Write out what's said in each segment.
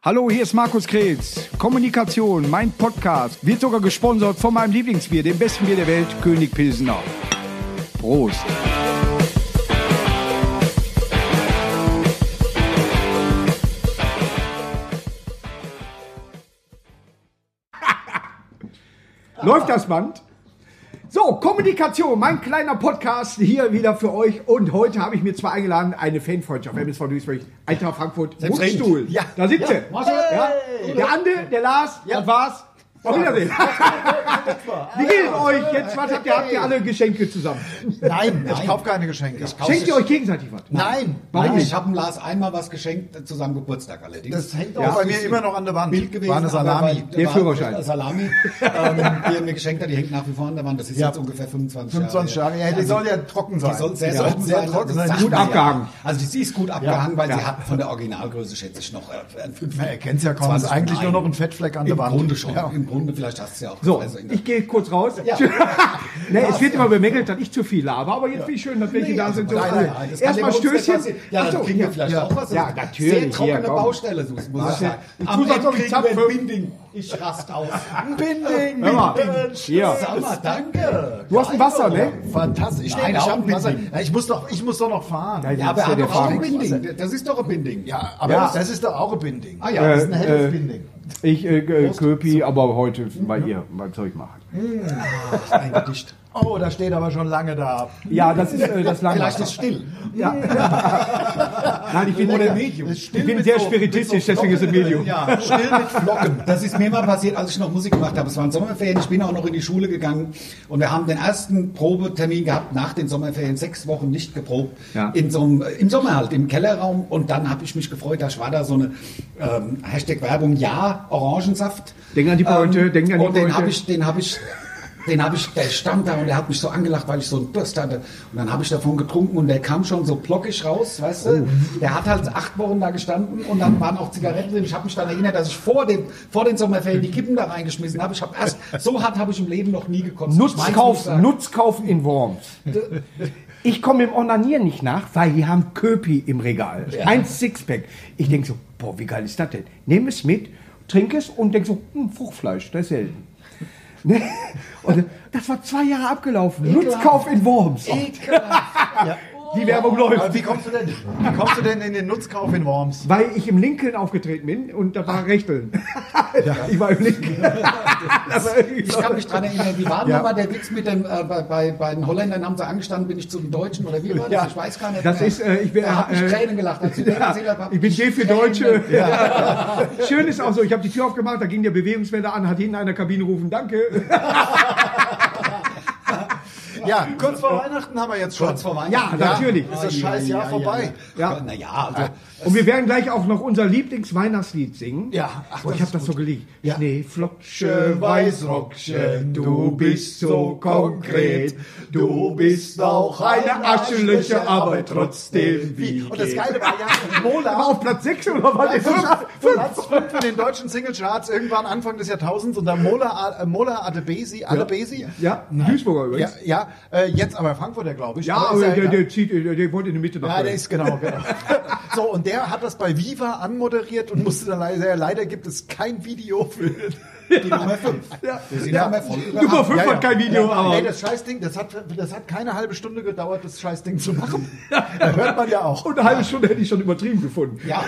Hallo, hier ist Markus Kretz. Kommunikation, mein Podcast, wird sogar gesponsert von meinem Lieblingsbier, dem besten Bier der Welt, König Pilsener. Prost. Läuft das Band? So, Kommunikation, mein kleiner Podcast hier wieder für euch. Und heute habe ich mir zwar eingeladen, eine Fanfreundschaft, MSV Duisburg, Eintracht Frankfurt, Mundstuhl. Ja. Da sind sie. Marcel. Ja. Der Ande, der Lars, das war's. Auf Wiedersehen. Wie geht es euch jetzt? Was habt ihr? Habt ihr alle Geschenke zusammen? Nein, nein. Ich kaufe keine Geschenke. Ich kauf- Schenkt ihr euch gegenseitig was? Nein, Warum nein, nicht? ich habe dem Lars einmal was geschenkt äh, zu seinem Geburtstag allerdings. Das hängt Ja, auch bei das mir ist immer noch an der Wand. Bild gewesen, War eine Salami. aber Der war- Führerschein. äh, Salami, ähm, die er mir geschenkt hat, die hängt nach wie vor an der Wand. Das ist Ja. jetzt ungefähr 25, 25 Jahre. Ja, die soll ja trocken sein. Also Die soll sehr, Ja, sollten sehr sein, trocken das sein. sagt Gut man ja. abgehangen. Also sie ist gut abgehangen, weil ja. sie hat von der Originalgröße, schätze ich, noch äh, ein Fünfer. Man erkennt's ja kaum. Ist eigentlich nur noch ein Fettfleck an der Im Wand. Grunde schon. Ja. Im Grunde, vielleicht hast du ja auch. So, also in der- ich gehe kurz raus. Ja. nee, es wird immer bemängelt, dass ich zu viel laber, aber jetzt bin ich schön, dass welche Nee, da also sind. nein, so nein, cool. nein, das kann Erstmal dem Umstand Stößchen. passieren. Ja, Achso, dann kriegen ja. wir vielleicht Ja. auch was. Ja, Das ist natürlich, Sehr trockene hier, komm. Baustelle, so muss ich Marcel, sagen. ich Am muss auch Ende noch die kriegen wir ein Zapfen. Binding. Ich rast aus. Binding. Hör mal, Binding. hier. Sauber, danke. Du hast ein Wasser, ne? Fantastisch. Ich, Nein, ich, auch hab ein Wasser. Binding. Ja, ich, muss doch, ich muss doch noch fahren. Ja, Ja, aber er hat der doch auch ein Frank. Binding. Das ist doch ein Binding. Ja, aber Ja. das ist doch auch ein Binding. Ah ja, Äh, das ist ein helles äh, Binding. Ich, äh, äh, Köpi, aber heute bei ihr, was soll ich machen? ein Gedicht. Oh, da steht aber schon lange da. Ja, das ist äh, das Vielleicht Langwasser. ist still. Ja. Nein, ich bin, Oder Medium. ich bin sehr spiritistisch, deswegen ist es Medium. Ja, still mit Flocken. Das ist mir mal passiert, als ich noch Musik gemacht habe. Es waren Sommerferien, ich bin auch noch in die Schule gegangen und wir haben den ersten Probetermin gehabt nach den Sommerferien, sechs Wochen nicht geprobt, Ja. in so einem, im Sommer halt, im Kellerraum. Und dann habe ich mich gefreut, da war da so eine ähm, Hashtag-Werbung, ja, Orangensaft. Ähm, Denk an die Pointe, denk an die Und den Pointe. habe ich, den habe ich... Den habe ich, der stand da und der hat mich so angelacht, weil ich so einen Durst hatte. Und dann habe ich davon getrunken und der kam schon so blockig raus, weißt du? Oh. Der hat halt acht Wochen da gestanden und dann waren auch Zigaretten drin. Ich habe mich dann erinnert, dass ich vor, dem, vor den Sommerferien die Kippen da reingeschmissen habe. Ich habe erst, so hart habe ich im Leben noch nie gekotzt. Ich mein's nicht Nutzkauf, sagen. Nutzkauf in Worms. Ich komme im Onanieren nicht nach, weil die haben Köpi im Regal. Ein Sixpack. Ich denke so, boah, wie geil ist das denn? Nehme es mit, trinke es und denke so, hm, Fruchtfleisch, das ist selten. Ne? Und das war zwei Jahre abgelaufen. Nutzkauf in Worms. Oh. Die Werbung Aber läuft. wie kommst du denn, wie kommst du denn in den Nutzkauf in Worms? Weil ich im Lincoln aufgetreten bin und da war Rechteln. Ich war im Lincoln. Das war irgendwie Ich so. kann mich dran erinnern, wie war Ja. nochmal der Witz mit dem, äh, bei, bei, bei den Holländern haben sie angestanden, bin ich zu den Deutschen oder wie war das? Ja. Ich weiß gar nicht. Das mehr. ist, äh, ich bin, da habe ich äh, Tränen gelacht. Als ich, Ja, ich bin G für Deutsche. Ja. Schön ist auch so, ich habe die Tür aufgemacht, da ging der Bewegungsmelder an, hat hinten einer Kabine rufen, danke. Ja, kurz vor Weihnachten haben wir jetzt schon. Kurz vor Weihnachten. Ja, natürlich. Ist das Scheißjahr vorbei? Ja. Naja, also, Und wir werden gleich auch noch unser Lieblingsweihnachtslied singen. Ja, ach, Ach, Boah, ich habe das so geliebt. Ja. Schneeflocksche, Weißrocksche, du bist so konkret. Du bist auch eine aschelöche, aber trotzdem wie. Genau. Und das Geile war ja, Mola War auf Platz 6 oder war der Fünf, 5? Platz 5 in den deutschen Singlecharts irgendwann Anfang des Jahrtausends unter Mola, äh, Mola Adebesi. Adebesi? Ja, Duisburger Ja, übrigens. ja äh, jetzt aber Frankfurter, glaube ich. Ja, Aber ist aber der, egal. der, zieht, der, der wollte in die Mitte nach ja, Köln. der ist genau, genau. So, und der hat das bei Viva anmoderiert und musste dann leider, leider gibt es kein Video für. die Nummer 5. Wir sind ja. voll Nummer überrascht. 5 hat kein Video, aber. Nee, das Scheißding, das hat, das hat keine halbe Stunde gedauert, das Scheißding zu machen. Da hört man ja auch. Und eine halbe Stunde hätte ich schon übertrieben gefunden. Ja.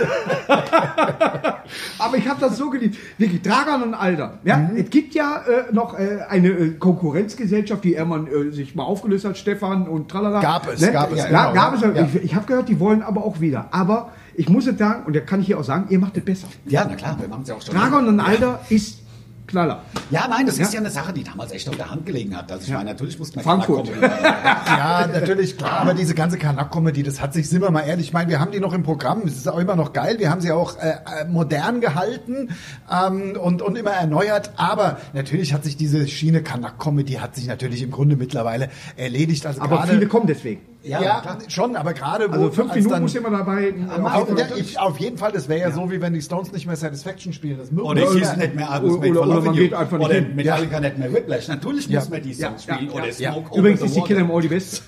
Aber ich habe das so geliebt. Wirklich, Dragan und Alder. Ja, Mhm. Es gibt ja äh, noch äh, eine äh, Konkurrenzgesellschaft, die irgendwann äh, sich mal aufgelöst hat, Stefan und tralala. Ne? Gab es, gab es, Ja, genau, gab es. ja. Ich, ich habe gehört, die wollen aber auch wieder. Aber ich muss jetzt sagen, und da kann ich hier auch sagen, ihr macht es besser. ja, na klar, wir machen es ja auch schon. Dragan und Alder ist Knaller. Ja, nein, das ist Ja. ja eine Sache, die damals echt auf der Hand gelegen hat. Also ich meine, natürlich muss man äh, Frankfurt. Ja, natürlich, klar. Aber diese ganze Kanak-Comedy, das hat sich, sind wir mal ehrlich, ich meine, wir haben die noch im Programm. Es ist auch immer noch geil. Wir haben sie auch äh, äh, modern gehalten ähm, und, und immer erneuert. Aber natürlich hat sich diese Schiene Kanak-Comedy hat sich natürlich im Grunde mittlerweile erledigt. Also Aber gerade, viele kommen deswegen. Ja, Ja, ja klar. schon, aber gerade wo Also fünf als Minuten dann- muss immer dabei. äh, Mann, auf- auf, ja, ich, auf jeden Fall, das wäre ja, so, wie wenn die Stones nicht mehr Satisfaction spielen. Das Oder ich muss- hieß nicht mehr Argus Oder- oder man geht einfach nicht Oder hin. Metallica nicht mehr Whiplash. Natürlich Ja. muss man die Ja, Songs ja, spielen. ja, Oder ja. Smoke Over Übrigens the ist die Water. Killer im All die Best.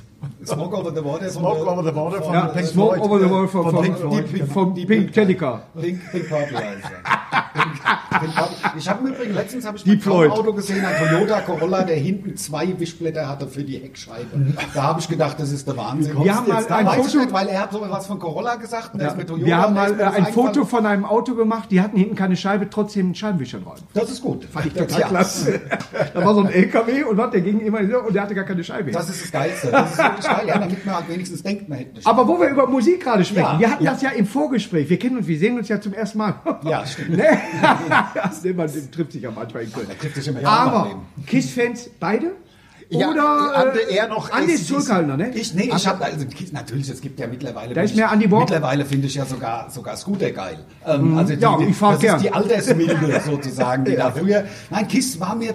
Smoke over the water. von Smoke der- over the Water von Ja, Pink Smoke Floyd. over the Wall von, Von von, Pink von, Floyd, Pink, genau. von Die Pink Telica. Pink, Pink Purple. Also. Pink, Pink Purple. Ich habe im Übrigen letztens habe ich Deep mal ein Floyd. Auto gesehen, ein Toyota Corolla, der hinten zwei Wischblätter hatte für die Heckscheibe. Da habe ich gedacht, das ist der Wahnsinn. Wir haben mal Jetzt da ein weiß ich Foto- nicht, weil er hat so was von Corolla gesagt und er ist mit Toyota. Wir haben und er ist mal mit äh, was ein eingefallen. Foto von einem Auto gemacht, die hatten hinten keine Scheibe, trotzdem einen Scheibenwischer drauf. Das ist gut. Fand ich Total klasse. Da war so ein LKW und was, der ging immer so und der hatte gar keine Scheibe. Das ist das Geilste. Das ist wirklich geil, ja, damit man halt wenigstens denkt, man hätte eine Aber wo wir über Musik gerade sprechen, Ja. wir hatten das ja im Vorgespräch. Wir kennen uns, wir sehen uns ja zum ersten Mal. Ja, stimmt. Ne? das nimmt man trifft sich ja manchmal in Köln. trifft sich immer im Aber Nachtleben. Kiss-Fans beide? Ja, Oder äh, Ande eher noch Andi ist AC/DC. zurückhaltender, ne? Ich, nee, ich habe also Kiss- natürlich, es gibt ja mittlerweile. Da ist bin ich- mehr Andy Borg. Mittlerweile finde ich ja sogar sogar Scooter geil. Ähm, also die, Mhm. Ja, ich fahr das gern. ist die Altersmilde sozusagen, die da früher. Nein, Kiss war mir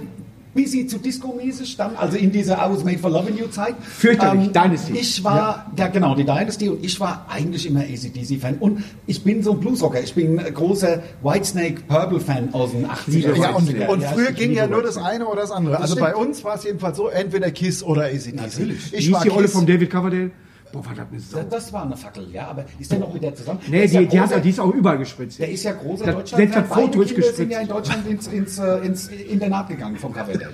busy zu Disco-mäßig dann, also in dieser I was made for loving you Zeit. Ähm, Fürchterlich, Dynasty. Ich war, ja. genau, die Dynasty und ich war eigentlich immer ACDC-Fan und ich bin so ein Bluesrocker. Ich bin ein großer Whitesnake Purple-Fan aus den 80er. Ja, und, 90er. und Ja, früher ich ging liebe ja nur Whitesnake. das eine oder das andere. also bei uns war es jedenfalls so, entweder Kiss oder ACDC. Natürlich. Ich Wie Ich ist war die Olle Kiss. vom David Coverdale? Boah, war das eine Sau. Das- Das war eine Fackel, ja, aber ist der noch mit der zusammen? Der Nee, ist ja die, die, hat, großer- die ist auch überall gespritzt. Der ist ja großer Da- Deutschland. selbst das Foto Beide ist Kinder sind gespritzt. ja in Deutschland ins, ins, äh, ins Internat gegangen vom Cavendel.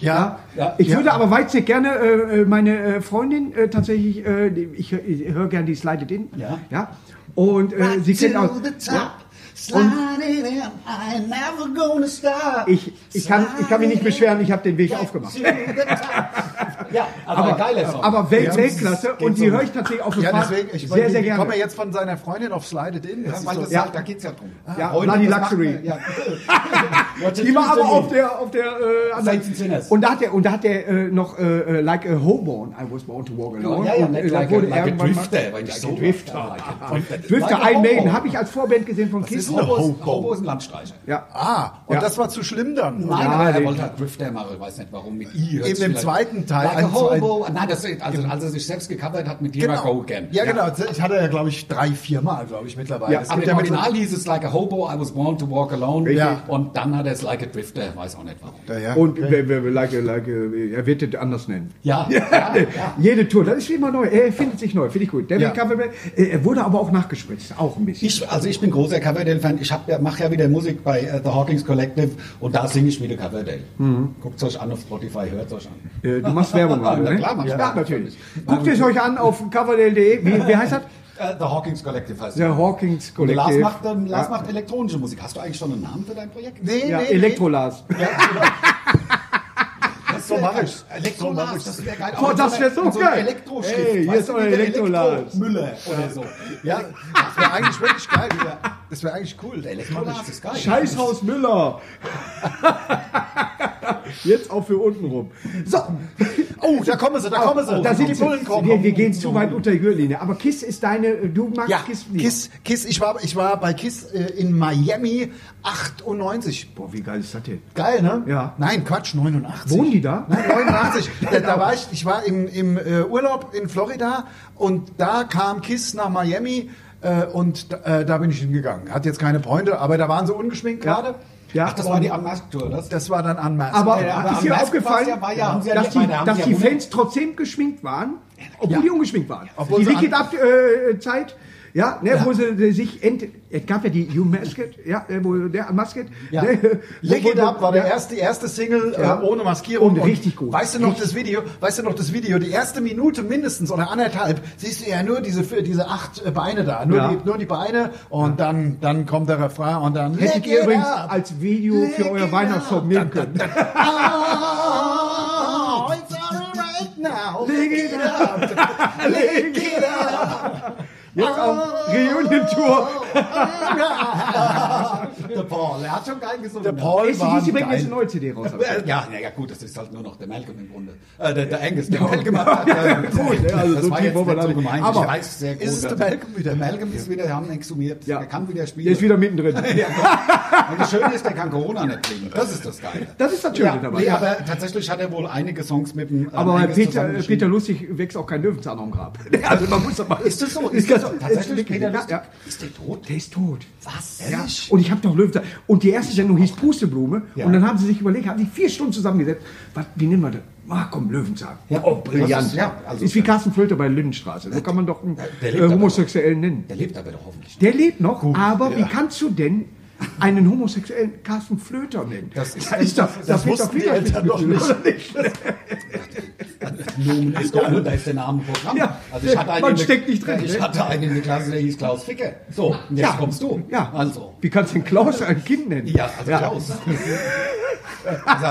Ja, Ja. Ich würde aber Weizsäck gerne äh, äh, meine äh, Freundin äh, tatsächlich, äh, die- ich, hö- ich höre gerne die Slide It In. Ja. ja? Und äh, sie kennt auch. Ja. Sliding in, I'm never gonna stop. Ich, ich, kann, ich kann mich nicht beschweren, ich habe den Weg To aufgemacht. the top. Ja, aber, ein geiler Song. aber Welt, Ja, Weltklasse und die höre ich tatsächlich auf dem Ja, Fahrrad deswegen, ich sehr, sehr Ich komme gerne. jetzt von seiner Freundin auf Slide It In. Das ja, ist weil so- das, halt, ja. da geht's ja drum. Ja, Heute, Bloody das macht Luxury. man- Ja. Die war aber auf der, auf der äh, anderen. Saints and Sinners. Und da hat er, und da hat er äh, noch äh, äh, Like a Hoborn, I was born to walk alone. Ja, ja, und, äh, nicht da like a- wurde like a irgendwann mal- Drifter, weil ich so- Drifter. Like Drifter, a Iron Maiden, Hobo. habe ich als Vorband gesehen von Kiss. ist eine Hobo. Hobo. Hobo ist ein Landstreicher. Ja. Ah, und Ja. das war zu schlimm dann. Nein, Ja, aber er den- wollte halt Drifter machen, weiß nicht warum, mit I. hört's Eben im vielleicht- zweiten Teil, Like einen a Hobo. Nein, das, also, als er sich selbst gecovert hat mit Here I Go Again. Ja, genau. Ich hatte ja, glaube ich, drei, vier Mal, glaube ich, mittlerweile. Ja, Es Aber gibt im mit- Original hieß es Like a Hobo, I was born to walk alone. Ja. Und dann hat er es Like a Drifter, weiß auch nicht warum. Ja, ja. Und wer- wer- wer- like, like, er wird es anders nennen. Ja, ja, ja. Jede Tour, das ist immer neu. Er findet sich neu, finde ich gut. David Ja. Coverdale, äh, er wurde aber auch nachgespritzt, auch ein bisschen. Ich, also ich bin großer Coverdale-Fan. Ich hab ja, mache ja wieder Musik bei äh, The Hawkins Collective und da singe ich wieder Coverdale. Mhm. Guckt es euch an auf Spotify, hört es euch an. Äh, du machst Werbung gerade, Na ne? klar, mach ich ja, Werbung. natürlich. Guckt es euch an auf coverdale.de. Wie, wie heißt das? Äh, The Hawkins Collective heißt The es. Hawkins Und Lars Collective. macht, ähm, Lars Ja. macht elektronische Musik. Hast du eigentlich schon einen Namen für dein Projekt? Nee, ja, nee, nee. Elektrolas. So mache ich So mach ich's. das wäre geil. Boah, das wär so geil. Elektrostift. Ey, hier weißt ist du, euer wie der Elektrolars. Müller oder so. Ja, das wäre eigentlich wirklich geil. Das wäre eigentlich cool. Der Elektrolars ist geil. Scheißhaus Müller. Jetzt auch für unten rum. So, Oh, da kommen sie, da kommen sie. da sind die Bullen kommen. Wir, wir gehen zu weit unter die Gürtellinie. Aber Kiss ist deine, du magst Ja, Kiss lieber. Kiss, Kiss, ich war, ich war bei Kiss äh, in Miami 98. Boah, wie geil ist das denn? Geil, ne? Ja. Nein, Quatsch, 89. Wohnen die Genau. da? Nein, 89. da, da war ich, ich war im, im äh, Urlaub in Florida und da kam Kiss nach Miami äh, und äh, da bin ich hingegangen. Hat jetzt keine Freunde, aber da waren sie ungeschminkt Ja. gerade. Ja. Ach, das war die Unmasked-Tour, das? Das war dann an Mars. Aber Ja, aber ist Also am dir März aufgefallen, war's ja- war ja- haben sie ja dass, nicht- meine, die, haben dass sie ja die wundert- Fans trotzdem geschminkt waren, obwohl Ja. die ungeschminkt waren? Obwohl die sie Wicked an- Up äh, Zeit, ja, ne, wo sie äh, sich ent, es gab ja die You Masked, ja, äh, wo der Masked, Ja. ne, Lick wo- It Up war der ja. erste, die erste Single Ja. äh, ohne Maskierung. Und richtig gut. Weißt du noch das Video? Weißt du noch das Video? Die erste Minute mindestens oder anderthalb siehst du ja nur diese diese acht äh, Beine da, nur, Ja. die, nur die Beine und dann dann kommt der Refrain und dann Hättet Lick ihr It übrigens Up. als Video für euer Weihnachtssong nehmen können. Oh, Ah, it's alright now. Lick It Up. Lick It Up. Jetzt Oh. auf Reunion-Tour. Der Paul, er hat schon geil gesungen. Der Paul Ist war die bringen jetzt geil. eine neue CD raus. aber- Äh, Ja, na ja, gut, das ist halt nur noch der Malcolm im Grunde. Äh, der, der Angus, der Malcolm. Gut, ja, also so tief wollen wir da nicht. Aber Aber ich weiß sehr gut. ist es der dass- Malcolm wieder? Der Malcolm ist wieder, wir haben ihn exhumiert. Ja. Er kann wieder Der spielen. ist wieder mittendrin. Und das Schöne ist, der kann Corona nicht kriegen. Das ist das Geile. Das ist natürlich ja, dabei. nee, aber tatsächlich hat er wohl einige Songs mit dem. äh, Aber bei Angus Peter, zusammengeschrieben. Peter Lustig wächst auch kein Löwenzahn am Grab. Also man muss aber, Ist das so? Ist das so? Tatsächlich, Peter ja, Lustig? ja. Ist der tot? Der ist tot. Was? Ja. Und ich habe doch Löwenzahn. Und die erste Sendung hieß Pusteblume. Und dann haben sie sich überlegt, haben sich vier Stunden zusammengesetzt. Was, wie nennen wir das? Ah, komm, Löwenzahn. Ja. oh, brillant. Das ist- ja, also- ist wie Carsten Flöter bei Lindenstraße. So kann man doch einen der lebt äh, aber Homosexuellen nennen. Der lebt aber doch hoffentlich. Der lebt noch, aber wie kannst du denn einen homosexuellen Carsten Flöter nennen? Das ist- doch, da das fehlt doch wussten die Federspiel- Eltern doch nicht. oder nicht. Nomen ist Gold, da ist der Name im Programm. Ja. Also ich hatte einen Man in der- steckt nicht drin, Ich ne? hatte einen in der Klasse, der hieß Klaus Ficker. So, und jetzt kommst du. Ja. Also. Wie kannst du denn Klaus ein Kind nennen? Ja, also Klaus. also,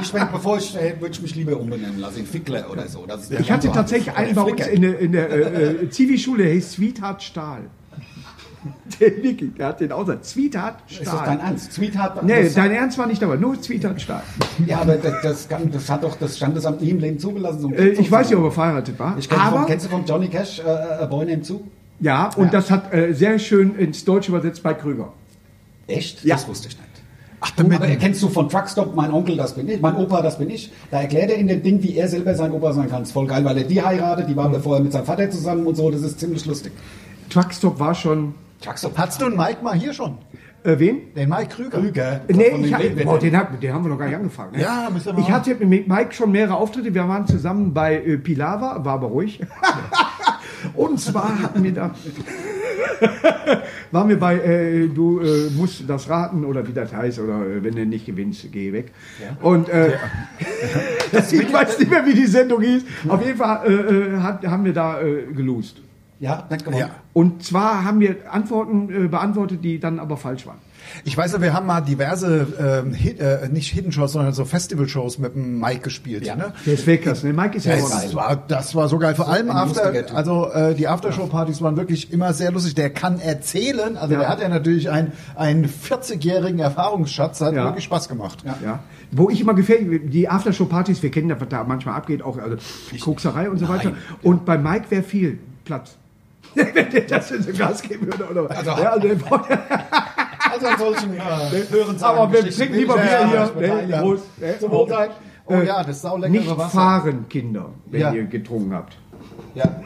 ich meine, bevor ich, äh, würde ich mich lieber umbenennen lassen, in Fickler oder so. Das ist der Ich hatte Name. tatsächlich einen Oder bei uns Flicker. in der, in der äh, äh, Zivi-Schule, der hieß Sweetheart Stahl. Der Wiki, der hat den auch gesagt. Sweetheart Stahl. Ist das dein Ernst? Sweetheart? Nee, das, dein Ernst war nicht dabei, nur Sweetheart Stahl. ja, aber das, das, kann, das hat doch das Standesamt nie im Leben zugelassen. So ein Äh, Kind ich zu weiß nicht, ob machen. er verheiratet war. Ich kenn von, aber, kennst du von Johnny Cash, äh, äh, A Boy Named Sue? ja, und Ja. das hat äh, sehr schön ins Deutsche übersetzt bei Krüger. Echt? Ja. Das wusste ich nicht. Ach, damit aber erkennst du von Truckstop, mein Onkel, das bin ich, mein Opa, das bin ich. Da erklärt er in dem Ding, wie er selber sein Opa sein kann. Ist voll geil, weil er die heiratet, die war Hm. vorher mit seinem Vater zusammen und so. Das ist ziemlich lustig. Truckstop war schon. Truckstop Hattest du einen Mike mal hier schon? Äh, wen? Den Mike Krüger. Krüger. Nee, Von ich dem hab, reden wir boah, denn? den, hat, den haben wir noch gar nicht angefangen. Ne? Ja, müssen wir Ich mal. hatte mit Mike schon mehrere Auftritte. Wir waren zusammen bei äh, Pilava, war aber ruhig. Und zwar hatten wir da. waren wir bei, äh, du äh, musst das raten oder wie das heißt, oder äh, wenn du nicht gewinnst, geh weg. Und äh, ich weiß nicht mehr, wie die Sendung hieß. Auf jeden Fall äh, äh, hat, haben wir da äh, gelost. Ja, hat nicht gewonnen. Ja. Und zwar haben wir Antworten äh, beantwortet, die dann aber falsch waren. Ich weiß, wir haben mal diverse, ähm, Hit, äh, nicht Hidden-Shows, sondern so Festival-Shows mit dem Mike gespielt. Ja. Ne? Der ist weg, das, ne? Mike ist ja, Das, ja war, das war so geil. Vor allem ein lustiger after, Typ. also äh, die Aftershow-Partys waren wirklich immer sehr lustig. Der kann erzählen, also Ja. der hat ja natürlich einen, einen 40-jährigen Erfahrungsschatz, hat Ja. wirklich Spaß gemacht. Ja. Wo ich immer gefällt, die Aftershow-Partys, wir kennen das, was da manchmal abgeht, auch also Kokserei und so weiter. Und bei Mike wäre viel Platz. Wenn der das in so ein Glas geben würde oder was. Also- ja, also, der braucht- Also an solchen äh, Hörensagen. aber wir trinken lieber Ja, Bier ja, ich hier. beteilige. Ne? Prost. Ne? Zum Wohlsein. Oh ja, das sauleckere äh, Nicht Wasser. fahren, Kinder, wenn Ja. ihr getrunken habt. Ja.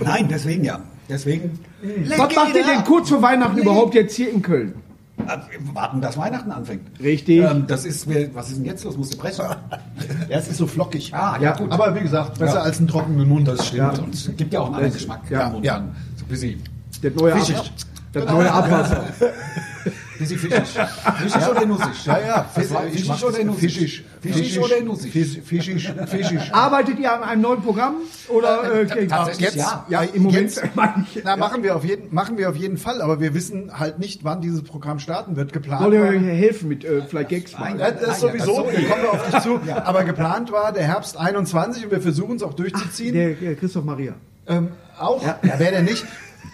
Nein, deswegen ja. Deswegen was macht ihr denn kurz vor Weihnachten überhaupt jetzt hier in Köln? äh, warten, dass Weihnachten anfängt. Richtig. Ähm, das ist, mir- was ist denn jetzt los? Musst du brechen? Ja, es ist so flockig. Ah, Ja, gut. Aber wie gesagt, besser als einen trockenen Mund. Das stimmt. Und es gibt ja auch einen anderen Geschmack. Ja, Und ja. dann So ein bisschen, Das neue, Ab Fischig. das neue Abwasser. bisschen fischig. Fischig oder nussig? Ja, ja, Das war- ich mach Fischig das- oder nussig? Fischisch. Fischig oder nussig? Fisch- Fischisch, fischisch. Arbeitet ihr an einem neuen Programm? Oder, äh, tatsächlich jetzt, ja. ja, im Moment meine ich. Äh, Na, machen wir auf jeden, machen wir auf jeden Fall, aber wir wissen halt nicht, wann dieses Programm starten wird. Geplant. Wollt ihr war- mir helfen mit äh, vielleicht Gags mal? Ja, das ist Nein, sowieso, das ist so- wir kommen da auf dich zu. Aber geplant war der Herbst 21 und wir versuchen es auch durchzuziehen. Der äh, Christoph Maria. ähm, auch, ja, wer denn nicht?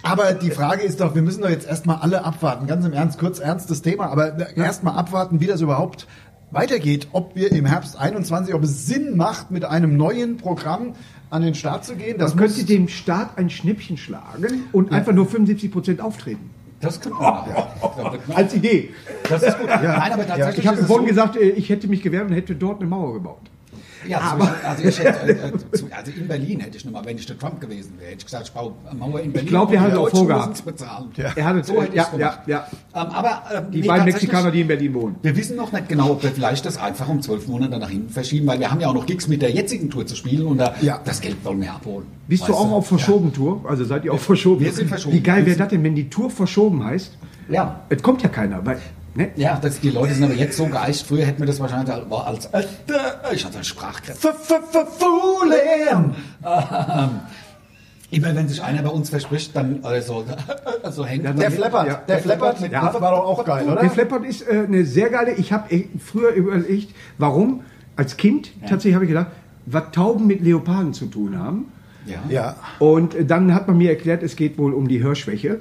Aber die Frage ist doch, wir müssen doch jetzt erstmal alle abwarten. Ganz im Ernst, kurz ernstes Thema, aber äh, erstmal abwarten, wie das überhaupt weitergeht. Ob wir im Herbst 21, ob es Sinn macht, mit einem neuen Programm an den Start zu gehen. Das Man könnte muss- dem Staat ein Schnippchen schlagen und einfach nur 75% auftreten. Das könnte man machen. Als Idee. Das ist gut. Nein, aber tatsächlich Ich habe ist es vorhin so- gesagt, äh, ich hätte mich gewehrt und hätte dort eine Mauer gebaut. Ja, Ah. aber also, ich hätte, äh, äh, zu- also in Berlin hätte ich nochmal, wenn ich der Trump gewesen wäre, hätte ich gesagt, ich baue eine Mauer in Berlin. glaub, der und hat die auch Deutschen vorgehabt. müssen's bezahlen. Er hatte So hätte ja, ich's gemacht. ja, ja. Ähm, aber ähm, Die nee, beiden tatsächlich- Mexikaner, die in Berlin wohnen. Wir wissen noch nicht genau, ob wir vielleicht das einfach um zwölf Monate nach hinten verschieben, weil wir haben ja auch noch Gigs mit der jetzigen Tour zu spielen und da, Ja. das Geld wollen wir abholen. Bist du Weißt auch auf Verschoben-Tour? Also seid ihr auch verschoben? wir sind verschoben. Wie geil Wir wäre sind- das denn, wenn die Tour verschoben heißt? Ja. Es kommt ja keiner. Weil, ne? Ja, das, die Leute sind aber jetzt so geeicht. Früher hätten wir das wahrscheinlich als, als äh, ich hatte einen Sprachkräfte. Verfehlen! Ähm, Immer wenn sich einer bei uns verspricht, dann äh, so, so hängt Ja, man Der mit. Flappert, Ja. der Flappert, Mit- ja. war doch auch geil, oder? Der Flappert ist äh, eine sehr geile. Ich habe echt früher überlegt, warum als Kind tatsächlich habe ich gedacht, was Tauben mit Leoparden zu tun haben. Ja. Ja. Und äh, dann hat man mir erklärt, es geht wohl um die Hörschwäche,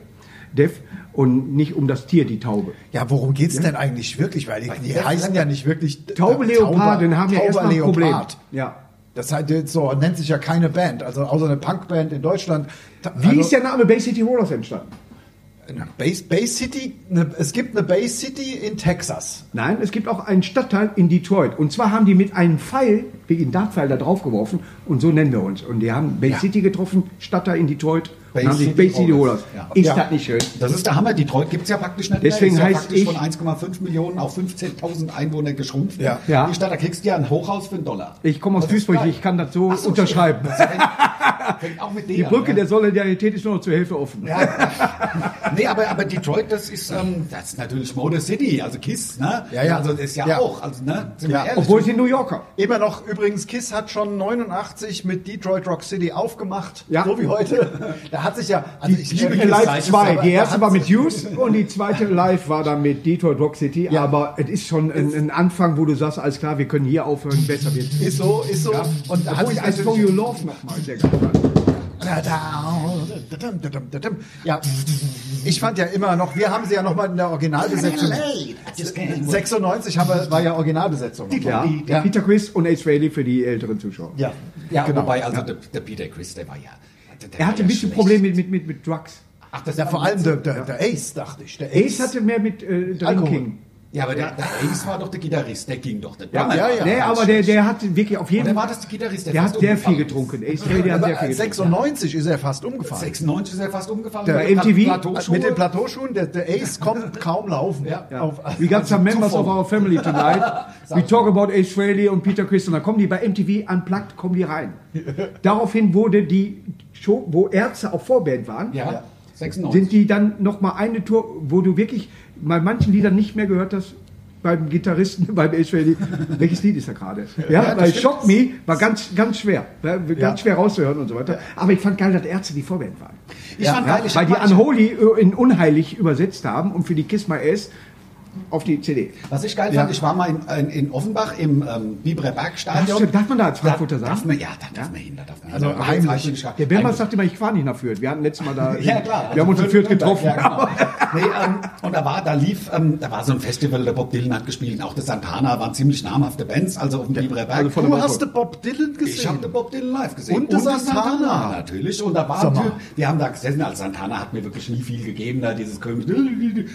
Def, und nicht um das Tier, die Taube. Ja, worum geht's denn eigentlich wirklich? Weil die, die der heißen ja nicht wirklich äh, Taube Leoparden haben ja Tauber erstmal ein Problem. Leopard. Ja. Das heißt, jetzt so nennt sich ja keine Band, also außer eine Punkband in Deutschland. Ta- Wie also, ist der Name Bay City Rollers entstanden? Base, Bay City, ne, es gibt eine Bay City in Texas. Nein, es gibt auch einen Stadtteil in Detroit. Und zwar haben die mit einem Pfeil, wie ein Dartpfeil, da drauf geworfen. Und so nennen wir uns. Und die haben Bay City getroffen, Stadtteil in Detroit. Bay und haben sich City Bay City Rollers. Rollers. Ja. Ist Ja. das nicht schön? Das ist der Hammer. Detroit gibt es ja praktisch nicht Deswegen mehr. Ist heißt ja ich- praktisch von 1,5 Millionen auf 15.000 Einwohner geschrumpft. Ja. Ja. Die Stadt, da kriegst du ja ein Hochhaus für einen Dollar. Ich komme aus Das ist Duisburg, geil. ich kann das so Ach so, unterschreiben. Fängt auch mit D Die an, Brücke ja. der Solidarität ist nur noch zur Hälfte offen. Ja. nee, aber, aber Detroit, das ist, ähm, das ist natürlich Motor City, also Kiss, ne? Ja, ja. Also das ist ja, Ja. auch, also, ne? Sind Ja. wir ehrlich. Obwohl sie New Yorker. Immer noch, übrigens, Kiss hat schon 89 mit Detroit Rock City aufgemacht. Ja. So wie heute. Da hat sich ja, also ich liebe Äh, Kiss. Live Seite, 2. aber Die da erste hat war sich- mit Hughes und die zweite live war dann mit Detroit Rock City. Ja. Aber es ist schon ein, ein Anfang, wo du sagst, alles klar, wir können hier aufhören, besser wird. Ist so, ist so. Und da hat Obwohl sich ich I Saw natürlich- You Love nochmal sehr gut fand. Ja, ich fand ja immer noch, wir haben sie ja nochmal in der Oh, Originalbesetzung. 96 haben wir, war ja Originalbesetzung. Ja, der Ja. Peter Chris und Ace Rayleigh für die älteren Zuschauer. Ja, Ja, wobei, also der, der Peter Chris, der war ja. der- der genau. Er war hatte ja ein bisschen schlecht. Probleme mit, mit, mit, mit Drugs. Ach, das ja war vor mit- allem der, der, der Ace, dachte ich. Der Ace hatte mehr mit äh, Alkohol. Drinking. Ja, aber der, der Ace war doch der Gitarrist, der ging doch. Der Ja, Drummer ja, war ja. doch Nee, ganz aber der, schlecht. der hat wirklich auf Und der jeden war Fall. das Gitarrist, Der fast hat sehr viel umgefallen ist. getrunken. Ace Rayleigh hat sehr aber viel getrunken. 96 ist er fast umgefallen. 96 ist er fast umgefallen. Der Mit MTV? Plateauschuhe. Mit den Plateauschuhen, der, der Ace kommt kaum laufen. Ja. Ja. Also Auf, We got some members of our family tonight. We talk about Ace Frehley und Peter Chris. Und dann kommen die bei MTV unplugged, kommen die rein. Daraufhin wurde die Show, wo Ärzte auch Vorband waren, ja, 96. sind die dann nochmal eine Tour, wo du wirklich bei manchen Liedern nicht mehr gehört hast, beim Gitarristen, beim Ace Frehley, welches Lied ist da gerade? Ja, das weil stimmt. Shock Me war ganz, ganz schwer. ja, Ganz Ja. schwer rauszuhören und so weiter. Aber ich fand geil, dass Ärzte die Vorband waren. Ich fand Ja, geil, ich weil hab die mal- ich- Unholy äh, in Unheilig übersetzt haben und für die Kiss My Ass auf die CD. Was ich geil fand, ich war mal in, in, in Offenbach im ähm, Biberer Bergstadion. Darf- darf man da als Frankfurter Da- sagen? Darf man, ja, da darf man hin, da darf man Also hin. Da- heimlich. da- da- da- Der Bermann sagt immer, ich fahre nicht nach Fürth. Wir hatten letztes Mal da. Ja, klar. also Wir haben uns in Fürth getroffen. Ja, genau. nee, ähm, und da war, da lief, ähm, da war so ein Festival, der Bob Dylan hat gespielt, auch der Santana waren ziemlich namhafte Bands, also auf dem Biberer Berg. also von äh, Du hast den Bob Dylan Ich gesehen. habe den Bob Dylan live gesehen. Und das das Santana. natürlich. Und da war Sag ein mal. Typ, wir haben da gesessen, also Santana hat mir wirklich nie viel gegeben, da dieses König.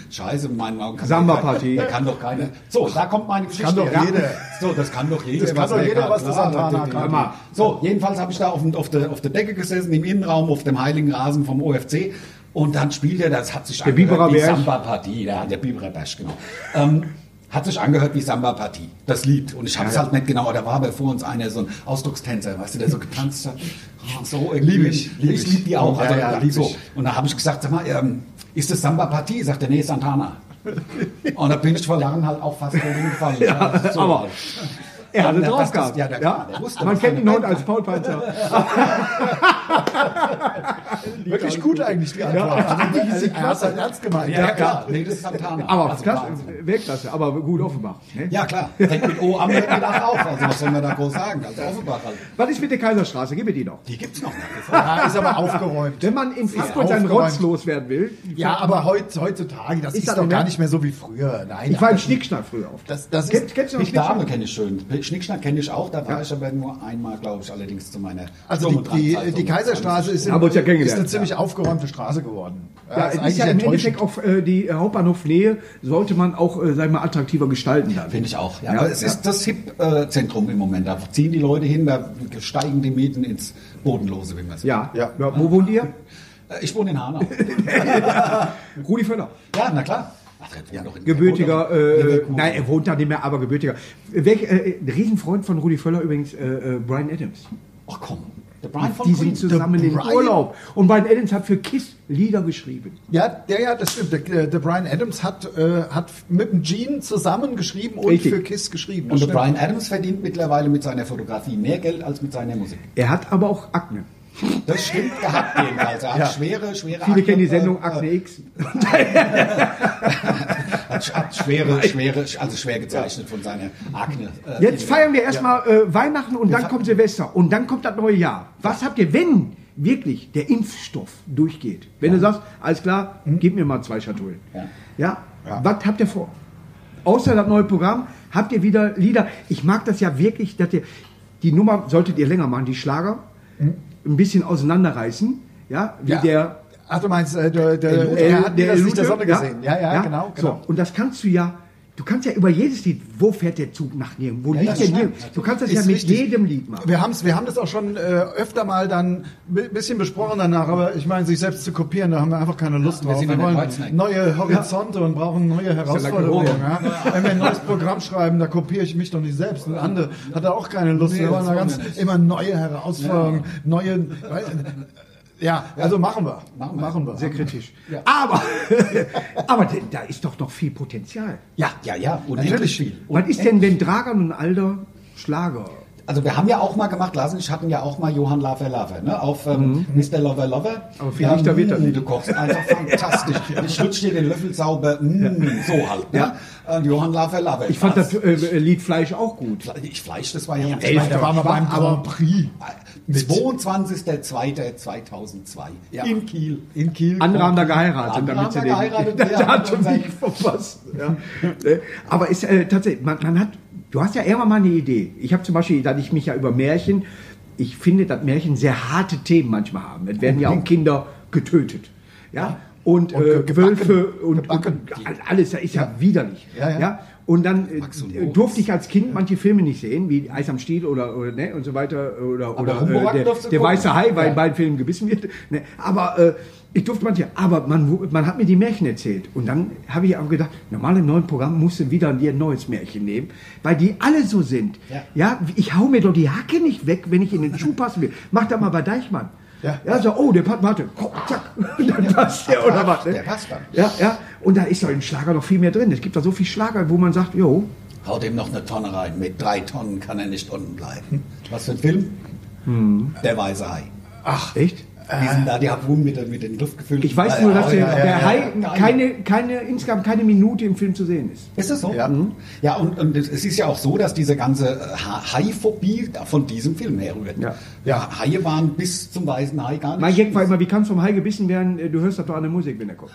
Scheiße, in meinen Augen kann Samba-Party. Da kann doch keiner. So, da kommt meine Geschichte. doch her. jeder. So, das kann doch jeder. Das kann doch der jeder, was der Klar, Santana natürlich. kann. Immer. So, jedenfalls habe ich da auf, dem- auf, der, auf der Decke gesessen, im Innenraum, auf dem heiligen Rasen vom OFC. Und dann spielt er, das hat sich Der Biberer wie Berg. Samba-Partie, ja, der Biberer Bash, genau. Ähm, hat sich angehört wie Samba-Partie, das Lied. Und ich habe es halt nicht genau, da war aber vor uns einer, so ein Ausdruckstänzer, weißt du, der so getanzt hat. Oh, So Lieb ich, lieb liebe ich. ich. lieb die auch. Ja, Also, ja, ja, lieb so. ich. Und da habe ich gesagt, sag mal, ähm, ist das Samba-Partie? Sagt er, nee, Santana. Und da bin ich vor Lachen halt auch fast hingefallen. Ja, so. aber Er hatte Ja, drauf das- das- gehabt. ja, der- Ja? der wusste, Man was kennt seine ihn heute Band als Paul Panzer. Wirklich gut eigentlich, die Antwort. Also, also, er hat halt ernst gemeint. Ja, klar. Nee, das ist Santana. Aber Also, klasse, Wahnsinn. Weltklasse, aber gut Offenbach. Ne? Ja, klar. Fängt mit O am Mittag auf. Also, was soll man da groß sagen? Also, Offenbach halt. Was ist mit der Kaiserstraße? Gib mir die noch. Die gibt's noch nach wie vor. Ja, ist aber aufgeräumt. Wenn man in Frankfurt seinen aufgeräumt. Rotz loswerden will. Ja, aber heut, heutzutage, das Ist ist, das doch nicht gar mehr? nicht mehr so wie früher. Nein, Ich war im das- Schnickschnack früher oft. Das, das Kennst, ist, kennst du noch Ich Schnickschnack? Dame kenne ich schön. Schnickschnack kenne ich auch. Da war ich aber nur einmal, glaube ich, allerdings zu meiner. also Summe dran, die, die, also die Kaiserstraße ist, Haben wir uns ja ist kennengelernt. eine ziemlich aufgeräumte Straße geworden. Ja, ist es ist ja im enttäuschend. Endeffekt auf äh, die äh, Hauptbahnhofnähe sollte man auch, äh, sag ich mal, attraktiver gestalten. dann. Finde ich auch. Ja, Ja, aber es ja. ist das Hip-Zentrum im Moment. Da ziehen die Leute hin, da steigen die Mieten ins Bodenlose, wie man sagt. Ja. Ja. ja. Wo wohnt ihr? Äh, Ich wohne in Hanau. Rudi Völler. ja, na klar. Ach, der wohnt doch in- Gebürtiger, der wohnt doch in äh, Leverkusen. nein, er wohnt da nicht mehr, aber gebürtiger. Welch, äh, ein Riesenfreund von Rudi Völler übrigens, äh, äh, Brian Adams. Ach komm. Der Brian von Die Queen. sind zusammen in Brian? Urlaub. Und Brian Adams hat für Kiss Lieder geschrieben. Ja, der, ja, das stimmt. Der, der Brian Adams hat, äh, hat mit dem Gene zusammen geschrieben und Richtig. für Kiss geschrieben. Und Das der stimmt. Brian Adams verdient mittlerweile mit seiner Fotografie mehr Geld als mit seiner Musik. Er hat aber auch Akne. Das stimmt, er hat jedenfalls. Er hat schwere, schwere Viele kennen die Sendung äh, Akne X. Hat, hat schwere, schwere, also schwer gezeichnet von seiner Akne. äh, Jetzt feiern wir erstmal äh, Weihnachten und dann kommt Silvester und dann kommt das neue Jahr. Was habt ihr, wenn wirklich der Impfstoff durchgeht? Wenn du sagst, alles klar, gib mir mal zwei Schatullen. Ja. Hm? Ja. Was habt ihr vor? Außer das neue Programm habt ihr wieder Lieder. Ich mag das ja wirklich, dass ihr die Nummer solltet ihr länger machen, die Schlager ein bisschen auseinanderreißen. Hm? Ja, wie Ja. der Ach, du meinst, äh, der, der, Lute, er hat der nie das Licht Lute, der Sonne ja. gesehen. Ja, ja, genau. genau. So, und das kannst du ja, du kannst ja über jedes Lied, wo fährt der Zug nach nirgendwo, wo liegt das der stimmt. nirgendwo. Du kannst das ja Ist mit richtig. jedem Lied machen. Wir, haben's, wir haben das auch schon äh, öfter mal dann ein bisschen besprochen danach, aber ich meine, sich selbst zu kopieren, da haben wir einfach keine Lust wir drauf. sind Wir in der wollen Kreuznach. neue Horizonte und brauchen neue Herausforderungen. Ja. Wenn wir ein neues Programm schreiben, da kopiere ich mich doch nicht selbst. Und andere hat da auch keine Lust. wir wollen da ganz immer neue Herausforderungen, neue. Ja, also machen wir. Machen wir. Sehr kritisch. Aber, aber denn, da ist doch noch viel Potenzial. Ja, ja, ja. unendlich Natürlich. viel. Was ist denn, wenn Dragan und Alder Schlager? Also wir haben ja auch mal gemacht, Lars und ich hatten ja auch mal Johann Lover Lover, ne? Auf ähm, Mr. Lover Lover. Mhm. Aber viel dichter wird er mm, nicht. Du kochst einfach fantastisch. Ich lutsche dir den Löffel sauber, mm, so halt. Ne? Äh, Johann Lover Lover. Ich fand das äh, Lied Fleisch auch gut. Fle- ich Fleisch, das war ja, ja ey, Da waren wir beim Aber- Grand Prix 22.02.2002 ja. in Kiel. in Kiel. Andere haben da geheiratet, Andere damit haben sie da den, geheiratet, den wir haben Datum unser- nicht verpasst. Ja. Ne? Aber ist äh, tatsächlich, man, man hat, du hast ja irgendwann mal eine Idee. Ich habe zum Beispiel, da ich mich ja über Märchen, ich finde, dass Märchen sehr harte Themen manchmal haben. Es werden ja auch Kinder getötet. Ja. Und, Und äh, gebacken. Wölfe und, und Gebacken. alles, das ist ja, widerlich. Ja, ja. Und dann äh, Max und äh, Moritz. durfte ich als Kind manche Filme nicht sehen, wie Eis am Stiel oder, oder ne, und so weiter. Oder, oder Humborack äh, der, durfte der gucken. weiße Hai, weil Ja. in beiden Filmen gebissen wird. Ne, aber äh, ich durfte manche, aber man, man hat mir die Märchen erzählt. Und dann habe ich aber gedacht, normal im neuen Programm musst du wieder dir ein neues Märchen nehmen, weil die alle so sind. Ja. ich hau mir doch die Hacke nicht weg, wenn ich in den Schuh passen will. Mach da mal bei Deichmann. Ja. so, oh, der passt, warte, komm, zack, dann passt der oder was. Ne? Der passt dann. Ja, ja, und da ist doch im Schlager noch viel mehr drin. Es gibt da so viel Schlager, wo man sagt, jo, Haut ihm noch eine Tonne rein. Mit drei Tonnen kann er nicht unten Hm. bleiben. Was für ein Film? Hm. Der weiße Hai. ach, echt? Die sind da, die Habunen mit, den- mit den Luft gefüllt. Ich weiß nur, oh, dass der, ja, der ja, ja. Hai keine, keine, insgesamt keine Minute im Film zu sehen ist. Ist das so? Ja. Mhm. ja und, und es ist ja auch so, dass diese ganze äh, Ha- Hai-Phobie von diesem Film herrührt. Ja. Ja, Haie waren bis zum weißen Hai gar nicht. Mein Gag war immer, wie kannst du vom Hai gebissen werden? Äh, Du hörst das doch an der Musik, wenn er kommt.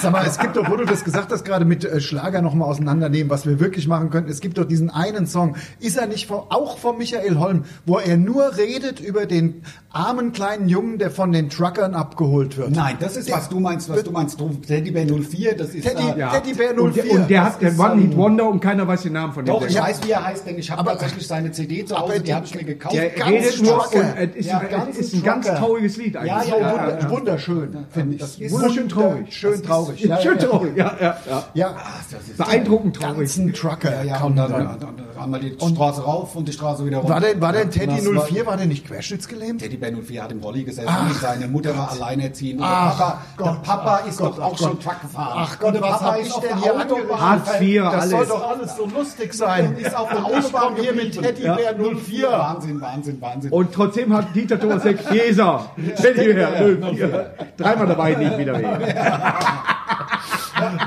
Sag mal, es gibt doch, wo du das gesagt hast, gerade mit äh, Schlager nochmal auseinandernehmen, was wir wirklich machen könnten. Es gibt doch diesen einen Song, ist er nicht von, auch von Michael Holm, wo er nur redet über den armen kleinen Jungen, der von den Truckern abgeholt wird. Nein, das ist, was du meinst, was du meinst. Du- Teddybär 04, das ist... Teddy- äh, Ja. Teddybär und, der- 04. und der Das hat den ist One-Hit-Wonder und keiner weiß den Namen von dem. Doch, ich Sänger. weiß, wie er heißt, denn ich habe Aber- tatsächlich seine CD zu aber Hause, die, die- habe ich mir gekauft. der- er ganz redet nur und äh, Trucker. es ist, Ja, es ganz ist ein Trucker. ganz trauriges Lied eigentlich. Ja, So ja, wunder, wunderschön, finde ich. Das ist Wunderschön traurig. Schön traurig. Ja, Schön ja, traurig, ja, ja, ja. Ja, das ist Beeindruckend traurig. ganzen Trucker. Ah, Ja, ja, kommen und dann, dann. dann, dann, dann einmal die Straße rauf und die Straße wieder runter. War denn, war denn Ja, Teddy das war- 04, war der nicht querschnittsgelähmt? Teddybär 04 hat im Rolli gesessen, seine Mutter war alleinerziehend. und Ach der Papa, Gott, der Papa ach ist Gott, doch ach auch schon Gott. Truck gefahren. Ach Gott, Und der was Papa hab ist ich auf denn der hier Autobahn. Hartz IV, Das alles. soll doch alles so lustig sein. Ist auf der Und ich Autobahn komm hier mit geblieben. Teddybär 04. Wahnsinn, Wahnsinn, Wahnsinn. Und trotzdem hat Dieter Thomas Heck Jeser, Teddy her, 04. Dreimal dabei, nicht wieder weg.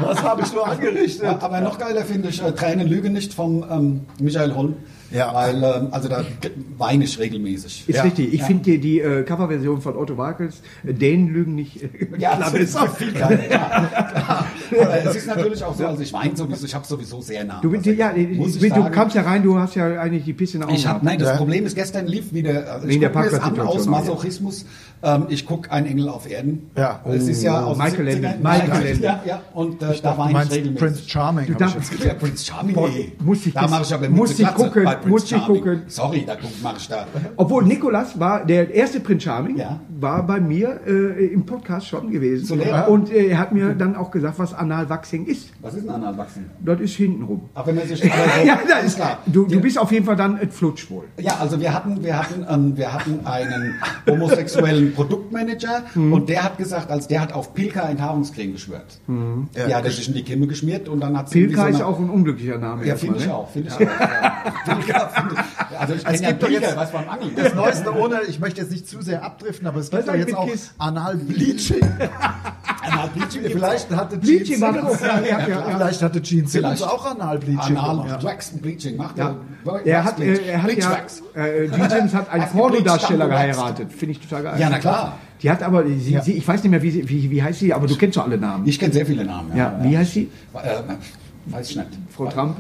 Was habe ich nur angerichtet? Ja, aber noch geiler finde ich äh, Tränen lügen nicht von ähm, Michael Holm. Ja. Weil, ähm, also da g- weine ich regelmäßig. Ist Ja. richtig. Ich finde die, die äh, Coverversion von Otto Walkes, äh, denen lügen nicht. äh, klar, besser. viel geiler. Ja. Aber es ist natürlich auch so, also ich weine sowieso, ich habe sowieso sehr nah. Du, bist- ja, Muss ich du sagen. kamst ja rein, du hast ja eigentlich die Pisse in den Augen Ich hab, gehabt. nein, das Ja. Problem ist, gestern lief wieder, also Wegen ich der gucke mir das an Parkplatzsituation, aus Masochismus, ähm, ich guck Ein Engel auf Erden. Ja. Es ist ja Oh, aus Michael den 70ern. Ende. Michael Ja, Ende. Ja, ja, und äh, da Du war ich meinst Prince regelmäßig. Charming. Du hab ich darfst- Ja, Prinz Charming, Boah, ey. muss ich da das- mache ich aber muss Mütze ich Glatze gucken, bei Prinz muss ich Charming. gucken. Sorry, da mache ich da. Obwohl Nikolas war, der erste Prinz Charming, Ja. war bei mir äh, im Podcast schon So gewesen. leer. Und äh, er hat mir dann auch gesagt, was Analwachsing ist. Was ist ein Analwachsen? Das ist hintenrum. Auch wenn man sich aber so- ja, das Alles ist, du, du Ja. bist auf jeden Fall dann ein Flutsch wohl. Ja, also wir hatten, wir hatten, ähm, wir hatten einen homosexuellen Produktmanager Hm. und der hat gesagt, als der hat auf Pilka ein Haarungscreme geschwört. Die hat er sich in die Kimme geschmiert und dann hat sie Hm. Pilka irgendwie ist eine- auch ein unglücklicher Name. Ja, erstmal, finde ich ne? auch, finde ich auch. Ja. Pilka, finde ich. Also ich Es kenne ja gibt doch Pilka, jetzt- was beim Angeln. Das Neueste ohne, ich möchte jetzt nicht zu sehr abdriften, aber es Was gibt doch ist jetzt mit auch Kiss? Anal-Bleaching. Anal Bleaching gibt's Vielleicht hatte Bleaching Gene war das Simmons, auch. Ja, ja, ja, ja. vielleicht hatte Gene Simmons Vielleicht. auch auch. Anal-Bleaching. Anal gemacht. Waxen Bleaching macht Ja. Wax Er hat, Bleach. äh, er hat ja, Bleachwax. äh, Gene Simmons hat einen Hast gebleached, Pornodarsteller dann gewachst. geheiratet. Finde ich total geil. Ja, na klar. Die hat aber, sie, sie, ich weiß nicht mehr, wie, sie- wie, wie heißt sie, aber du kennst doch alle Namen. Ich kenne sehr viele Namen. ja, wie heißt sie? Äh, weiß ich nicht. Frau Trump.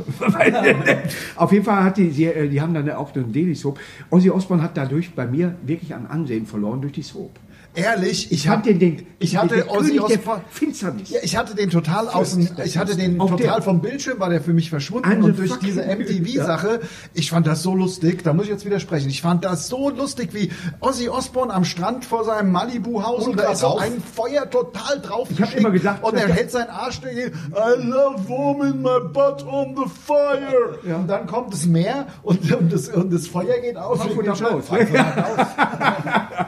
Auf jeden Fall hat die, sie, äh, die haben dann auch den Daily Soap. Ozzy Osbourne hat dadurch bei mir wirklich an Ansehen verloren durch die Soap. ehrlich, ich Fand habe den, den, ich hatte den König Ozzy der Osbourne. Finsternis. Ja, ich hatte den total außen, der ich hatte den Auch total der. vom Bildschirm, war der für mich verschwunden I'm the und durch fucking diese Dude, MTV-Sache, ich fand das so lustig, da muss ich jetzt widersprechen, ich fand das so lustig, wie Ozzy Osbourne am Strand vor seinem Malibu-Haus und, Und da grad ist so drauf. ein Feuer total drauf Ich hab immer gedacht, und er dass- hält seinen Arsch dagegen, I love woman, my butt on the fire und dann kommt das Meer und, und, das, und das Feuer geht aus Frankfurt Wegen am Schall. Main. Frankfurt am Main.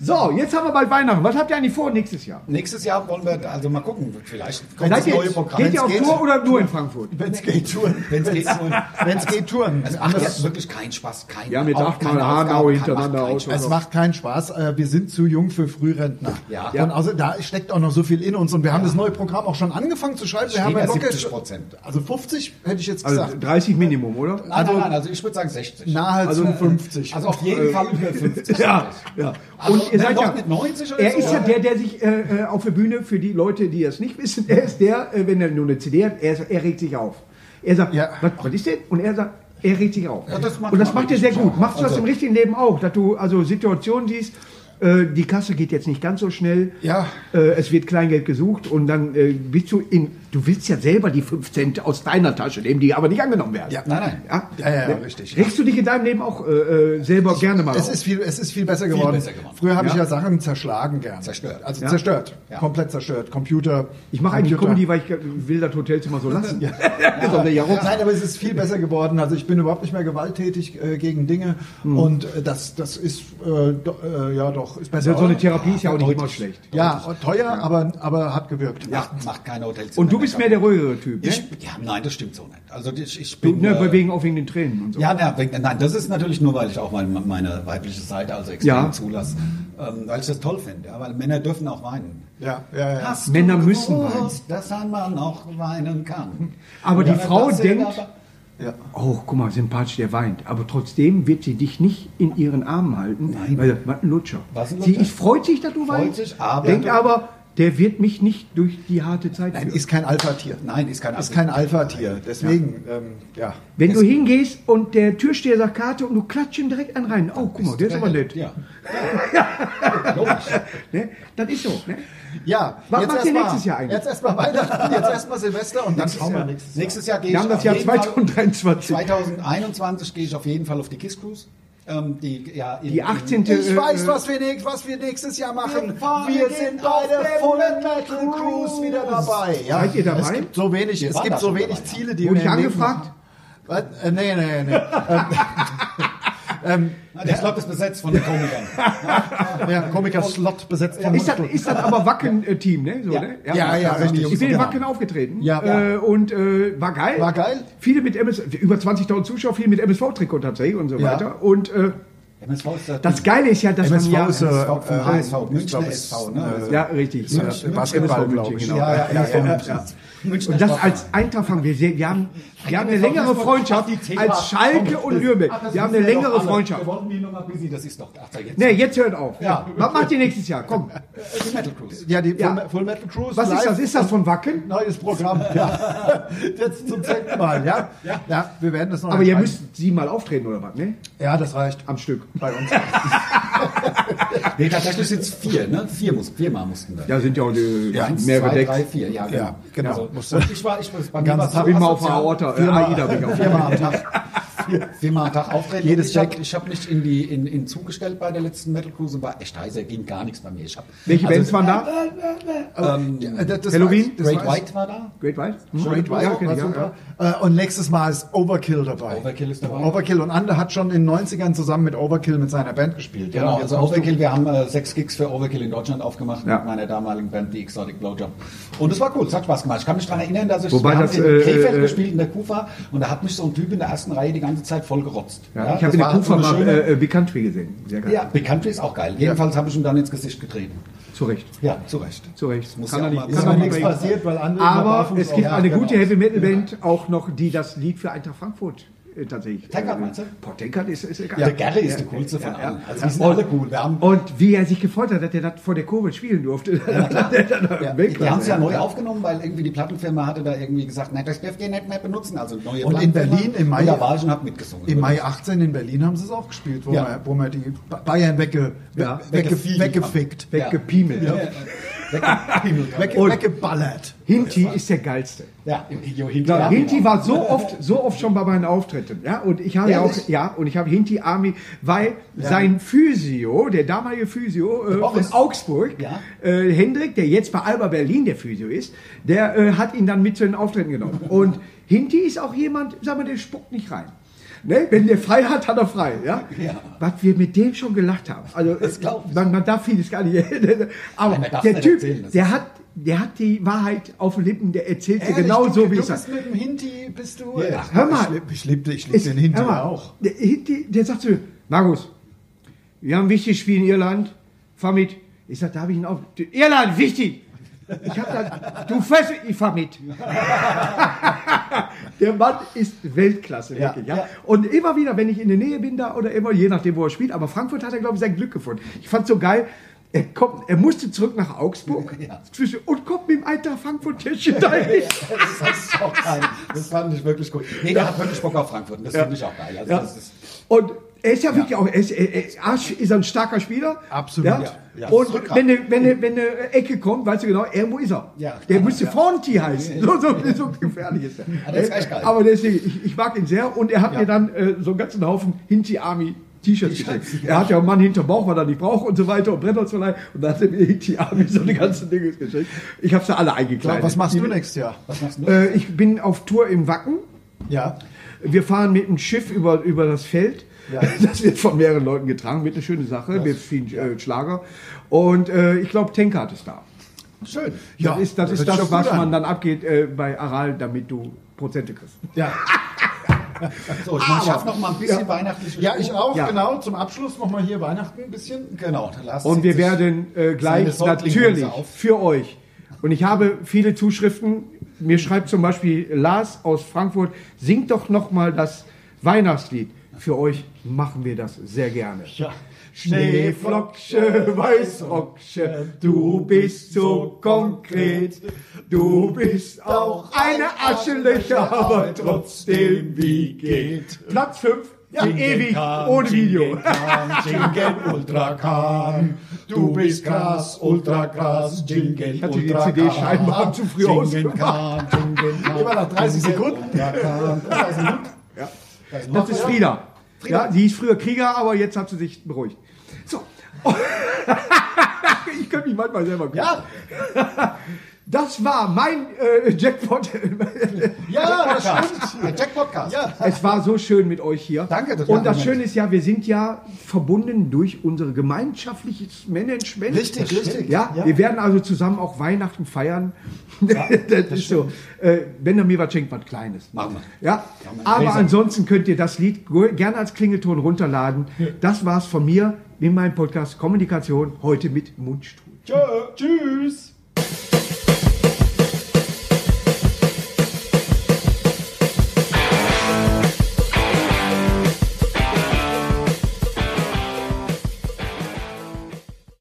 So, jetzt haben wir bald Weihnachten. Was habt ihr eigentlich vor nächstes Jahr? Nächstes Jahr wollen wir, also mal gucken, vielleicht kommt Seid das ihr, neue Programm. geht ihr auf Wenn's geht. Tour oder nur in Frankfurt? Wenn's geht, Touren. Wenn's geht, Touren. Wenn's geht, Touren. Also ach, das ist wirklich kein Spaß, kein Ja, mit auch achtmal keine Hanau Aufgabe, kein- hintereinander macht keinen aus. Spaß. Es macht keinen Spaß. äh, Wir sind zu jung für Frührentner. Ja. Und außer, da steckt auch noch so viel in uns. Und wir haben das neue Programm auch schon angefangen zu schreiben. Wir Stehen haben Also ja locker- 70%. Also 50 hätte ich jetzt Also gesagt. 30 Minimum, oder? Nein, nein, nein, also ich würde sagen 60. Nahe also- zu 50. Also auf jeden Fall über 50. äh, Ja, ja. Also, Und ihr wenn seid doch ja, mit 90 oder er so, ist ja oder? der, der sich äh, äh, auf der Bühne, für die Leute, die das nicht wissen, er ist der, äh, wenn er nur eine CD hat, er, ist- er regt sich auf. Er sagt, Ja. was, was ist denn? Und er sagt, er regt sich auf. Ja, das macht Und das man macht er sehr richtig. gut. Machst du das Also- im richtigen Leben auch, dass du also Situationen siehst, äh, die Kasse geht jetzt nicht ganz so schnell. Ja. Äh, es wird Kleingeld gesucht und dann äh, bist du in, du willst ja selber die 5 Cent aus deiner Tasche nehmen, die aber nicht angenommen werden. Ja. Nein, nein. Ja? Ja, ja, ja, richtig. Regst du dich in deinem Leben auch äh, äh, selber gerne mal es auf? ist viel, es ist viel besser geworden. besser geworden. Früher habe Ja. ich ja Sachen zerschlagen gern. Zerstört. Also Ja. zerstört. Ja. Komplett zerstört. Computer. Ich mache eigentlich Computer. Comedy, weil ich äh, will das Hotelzimmer so lassen. ja. ist Also, auch der Ja, Jahrhundert. Nein, aber es ist viel besser geworden. Also ich bin überhaupt nicht mehr gewalttätig äh, gegen Dinge Hm. und äh, das, das ist äh, do, äh, ja doch ist besser. Also so eine oder? Therapie ist ja auch nicht immer schlecht. ja, teuer, aber aber hat gewirkt. Macht, macht keine Hotelzimmer. Und du bist mehr der ruhigere Typ, ne? Ich, ja, nein, das stimmt so nicht. Also ich, ich Du, bin. ne, äh, wegen, auch wegen den Tränen und so. ja, ja, wegen- nein, das ist natürlich nur, weil ich auch meine, meine weibliche Seite also extrem Ja. zulasse, ähm, weil ich das toll finde. Ja, weil Männer dürfen auch weinen. Ja, ja, ja. Hast Männer du müssen gewusst, dass ein Mann auch weinen kann. Aber die Ja, Frau das ist denkt- aber- ja. Oh, guck mal, sympathisch, der weint. Aber trotzdem wird sie dich nicht in ihren Armen halten. Nein. Weil, was ein Lutscher. Was ein Sie Lutscher. ist, freut sich, dass du Freut weinst. sich, aber- Denkt aber, der wird mich nicht durch die harte Zeit Nein, führen. ist kein Alpha-Tier. Nein, ist kein Ist kein Alpha-Tier. Deswegen, ja. Ähm, ja. Wenn du hingehst und der Türsteher sagt Karte und du klatscht ihm direkt einen rein. Oh, guck mal, der ist aber nett. Ja. Logisch. Ne? Das ist so. Ne? ja. Was macht ihr erst mal- nächstes Jahr eigentlich? Jetzt erstmal Weihnachten, jetzt erstmal Silvester und dann schauen wir nächstes Jahr. Nächstes Jahr gehe ich Wir haben das auf Jahr jeden Fall- 2023. 2021 gehe ich auf jeden Fall auf die Kiss Cruise. Ähm, die, ja, in- Die 18. Ich äh, weiß, äh, was wir, nächst- was wir nächstes Jahr machen. Wir fahren Wir, mit sind auf bei der der Full Metal Metal Cruise Cruise. wieder dabei. Ja. Seid ihr dabei? Es gibt so wenig, es waren gibt da so schon wenig dabei, ja. Ziele, die Wurde ich im Leben angefragt? machen. Was? Äh, nee, nee, nee. Na, Der Slot ist besetzt von den Komikern. ja, Komiker-Slot besetzt vom Ist das, ist das aber Wacken-Team, ne? So, Ja. ne? Ja, ja, richtig. Ich bin in Genau. Wacken aufgetreten. Ja. äh, und äh, war geil. War geil. Viele mit MS, über 20.000 Zuschauer, viele mit MSV-Trikot tatsächlich und so Ja. weiter. Und äh, MSV ist das Geile ist ja, dass MSV man ja. ist, äh, MSV vom äh, HSV, ich Münchner glaub, es SV, ne? ist, äh, ja, richtig. Ja, äh, Basketball, MSV, glaube ich. genau. Ja, ja, ja, ja, ja. Und das als Eintracht haben wir sehr, wir haben, wir haben eine längere Freundschaft als Schalke und Lübeck. Wir haben eine längere Freundschaft. ah, Wir wollten die Nummer busy, das ist doch. Ach, da jetzt. Ne, jetzt hört auf. Ja. Was macht ihr nächstes Jahr? Komm. Die Metal Cruise. Ja, die Ja. Full, Full Metal Cruise. Was ist live. das? Ist das von Wacken? Neues Programm. Ja. Jetzt zum zweiten Mal. Ja. Ja. wir werden das noch. Aber ihr entscheiden. müsst sie mal auftreten oder was, ne? Ja, das reicht. Am Stück. Bei uns. Nee, tatsächlich sind es vier, ne? Vier, muss, viermal mussten wir. Ja, sind ja auch äh, Ja, eins, mehrere Zwei, Decks. drei, vier, ja, genau. Ja, genau. Musst Also, du- und ich war, ich war, bei mir Ganz war es hab so ich mal auf der asozial. Aorta, äh, AIDA bin ich auf. viermal am Tag. Vier- Viermal am Tag auftreten. Jedes Und ich hab- Check. Ich habe mich in die in, in Zug gestellt bei der letzten Metal Cruise und war echt heiser, ging gar nichts bei mir. Ich hab, Also, ähm, Welche Bands waren äh, da? Ja, das- das Halloween? reicht, das Great reicht. White war da. Great White? Hm? Great White, Ja, kenn ich, was ja, sind ja. da? Äh, Und nächstes Mal ist Overkill dabei. Overkill ist dabei. Overkill und Ander hat schon in den 90ern zusammen mit Overkill mit seiner Band gespielt. Genau, jetzt also kommst du. Overkill, wir haben äh, sechs Gigs für Overkill in Deutschland aufgemacht Ja. mit meiner damaligen Band, die Exotic Blowjob. Und es war cool, es hat Spaß gemacht. Ich kann mich daran erinnern, dass ich Wobei wir das, haben äh, in Krefeld äh, gespielt in der Kufa und da hat mich so ein Typ in der ersten Reihe die ganze Zeit voll gerotzt. Ja, ich das habe in der war so Kufa eine mal schöne- äh, Bekantry gesehen. Sehr geil. Ja, bekannt ist auch geil. Jedenfalls habe ich ihm dann ins Gesicht getreten. Zu Recht. Ja, zu Recht. Zu Recht. Muss Kann ja er auch nicht- mal- kann ist er ja nicht nichts bringen. passiert. weil Ander immer Aber barfuß es gibt auf- eine Ja, gute genau. Heavy Metal Band auch noch, die das Lied für Eintracht Frankfurt äh, tatsächlich. Tankard äh, meinst du? Boah, Tankard ist, ist egal. Ja, der Gary ist der coolste von allen. Also, die sind alle cool. Wir haben, Und wie er sich gefreut hat, dass er das vor der Kurve spielen durfte. Ja, wir haben es ja neu aufgenommen, weil irgendwie die Plattenfirma hatte da irgendwie gesagt, nein, das dürft ihr nicht mehr benutzen. Also neue Und in Plattenfirma. Berlin im Mai- Und da war ich und habe mitgesungen. Im Mai 18 in Berlin haben sie es auch gespielt, wo, Ja. man, wo man die Ba- Bayern wegge, Ja, wegge, weggefiegt weggefickt, Ja. Weggepiemelt. Ja, ja, weggepiemelt. wegge, Und- weggeballert. Hinti ist der geilste. Ja, im Video hinter. Ja, Genau, Hinti war so oft, so oft schon bei meinen Auftritten, ja. Und ich habe ja auch, Ehrlich? ja, und ich habe Hinti Army, weil sein Physio, der damalige Physio äh, Boris. aus Augsburg, Ja. äh, Hendrik, der jetzt bei Alba Berlin der Physio ist, der äh, hat ihn dann mit zu den Auftritten genommen. Und Hinti ist auch jemand, sag mal, der spuckt nicht rein. Ne? Wenn der frei hat, hat er frei. Ja? Ja. Was wir mit dem schon gelacht haben. Also, Das glaub ich. man, man darf vieles gar nicht. Aber man darf's der nicht Typ, erzählen, das- der hat, der hat die Wahrheit auf den Lippen, der erzählt sie genau du, so, wie du ich sage. bist mit dem Hinti, bist du... Ja. Ach, Hör mal. Ich lieb, ich lieb, ich lieb Ist- den Hinti hör mal, auch. Der, Hinti, der sagt zu mir, Markus, wir haben ein wichtiges Spiel in Irland, fahr mit. Ich sag, da habe ich ihn auf. Irland, wichtig! Ich hab dann, du fährst, ich fahr mit. der Mann ist Weltklasse, Ja, wirklich. Ja? ja. Und immer wieder, wenn ich in der Nähe bin da oder immer, je nachdem, wo er spielt, aber Frankfurt hat er, glaube ich, sein Glück gefunden. Ich fand's so geil. Er, kommt, er musste zurück nach Augsburg Ja. zwischen, und kommt mit dem Eintracht Frankfurt-Tischchen dahin. Das ist auch geil. Das fand ich wirklich cool. Nee, der hat wirklich Bock auf Frankfurt. und Das finde ich auch geil. Also Ja. das ist, Und er ist ja wirklich auch, er ist, er, er Arsch ist ein starker Spieler. Absolut. Ja? Ja, ja. Und Rückgrat. wenn eine, wenn, eine, wenn eine Ecke kommt, weißt du genau, irgendwo ist er. Ja. Der müsste Ja. Fonti heißen. So, so, so gefährlich ist er. Ja, das ist echt geil. Aber deswegen, ich, ich mag ihn sehr und er hat mir dann äh, so einen ganzen Haufen Hinti Army T-Shirts geschenkt. Er hat ja einen Mann hinterm Bauch, weil er nicht braucht und so weiter und Bretter zu leihen. Und dann hat er mir Hinti Army so eine ganze Dinge geschenkt. Ich habe sie alle eingekleidet. Was machst du nächstes Jahr? was machst du? Äh, ich bin auf Tour im Wacken. Ja. Wir fahren mit dem Schiff über, über das Feld. Das wird von mehreren Leuten getragen. Wird eine schöne Sache. Wir ziehen äh, Schlager. Und äh, ich glaube, Tankard ist da. Schön. das ist das, ist hört sich das doch gut was an. man dann abgeht äh, bei Aral, damit du Prozente kriegst. Ja. So, ich schaffe Ah, noch mal ein bisschen weihnachtliche ja, ich auch, Ja. genau. Zum Abschluss nochmal hier Weihnachten ein bisschen. Genau. dann lass Und sie wir sich- werden äh, seine gleich Säuglinge natürlich uns auf. für euch. Und ich habe viele Zuschriften. Mir schreibt zum Beispiel Lars aus Frankfurt, singt doch noch mal das Weihnachtslied. Für euch machen wir das sehr gerne. Ja. Schneeflocksche, Weißrocksche, du bist so konkret. Du bist auch eine Aschenlöcher, aber trotzdem wie geht. Platz 5, ja, ewig, ohne Video. Jingle Ultra Kahn, du bist krass, ultra krass, Jingle Ich hatte die CD scheinbar zu früh ausgemacht. Kahn, Jingle Kahn, Immer nach 30 Jingle Sekunden. Ultra Kahn. Das ist Frieda. Ja, die ist früher Krieger, aber jetzt hat sie sich beruhigt. So. ich könnte mich manchmal selber gucken. Ja, Das war mein äh, Jackpot. ja, das stimmt. Der Jack-Podcast. Ja. Es war so schön mit euch hier. Danke, das war Und das nett. Schöne ist ja, wir sind ja verbunden durch unser gemeinschaftliches Management. Richtig, richtig. Ja, wir werden also zusammen auch Weihnachten feiern. das ist so. Äh, wenn ihr mir was schenkt, was Kleines. Machen Ja, aber ansonsten könnt ihr das Lied gu- gerne als Klingelton runterladen. Das war's von mir in meinem Podcast Kommunikation heute mit Mundstuhl. wir. Tschüss.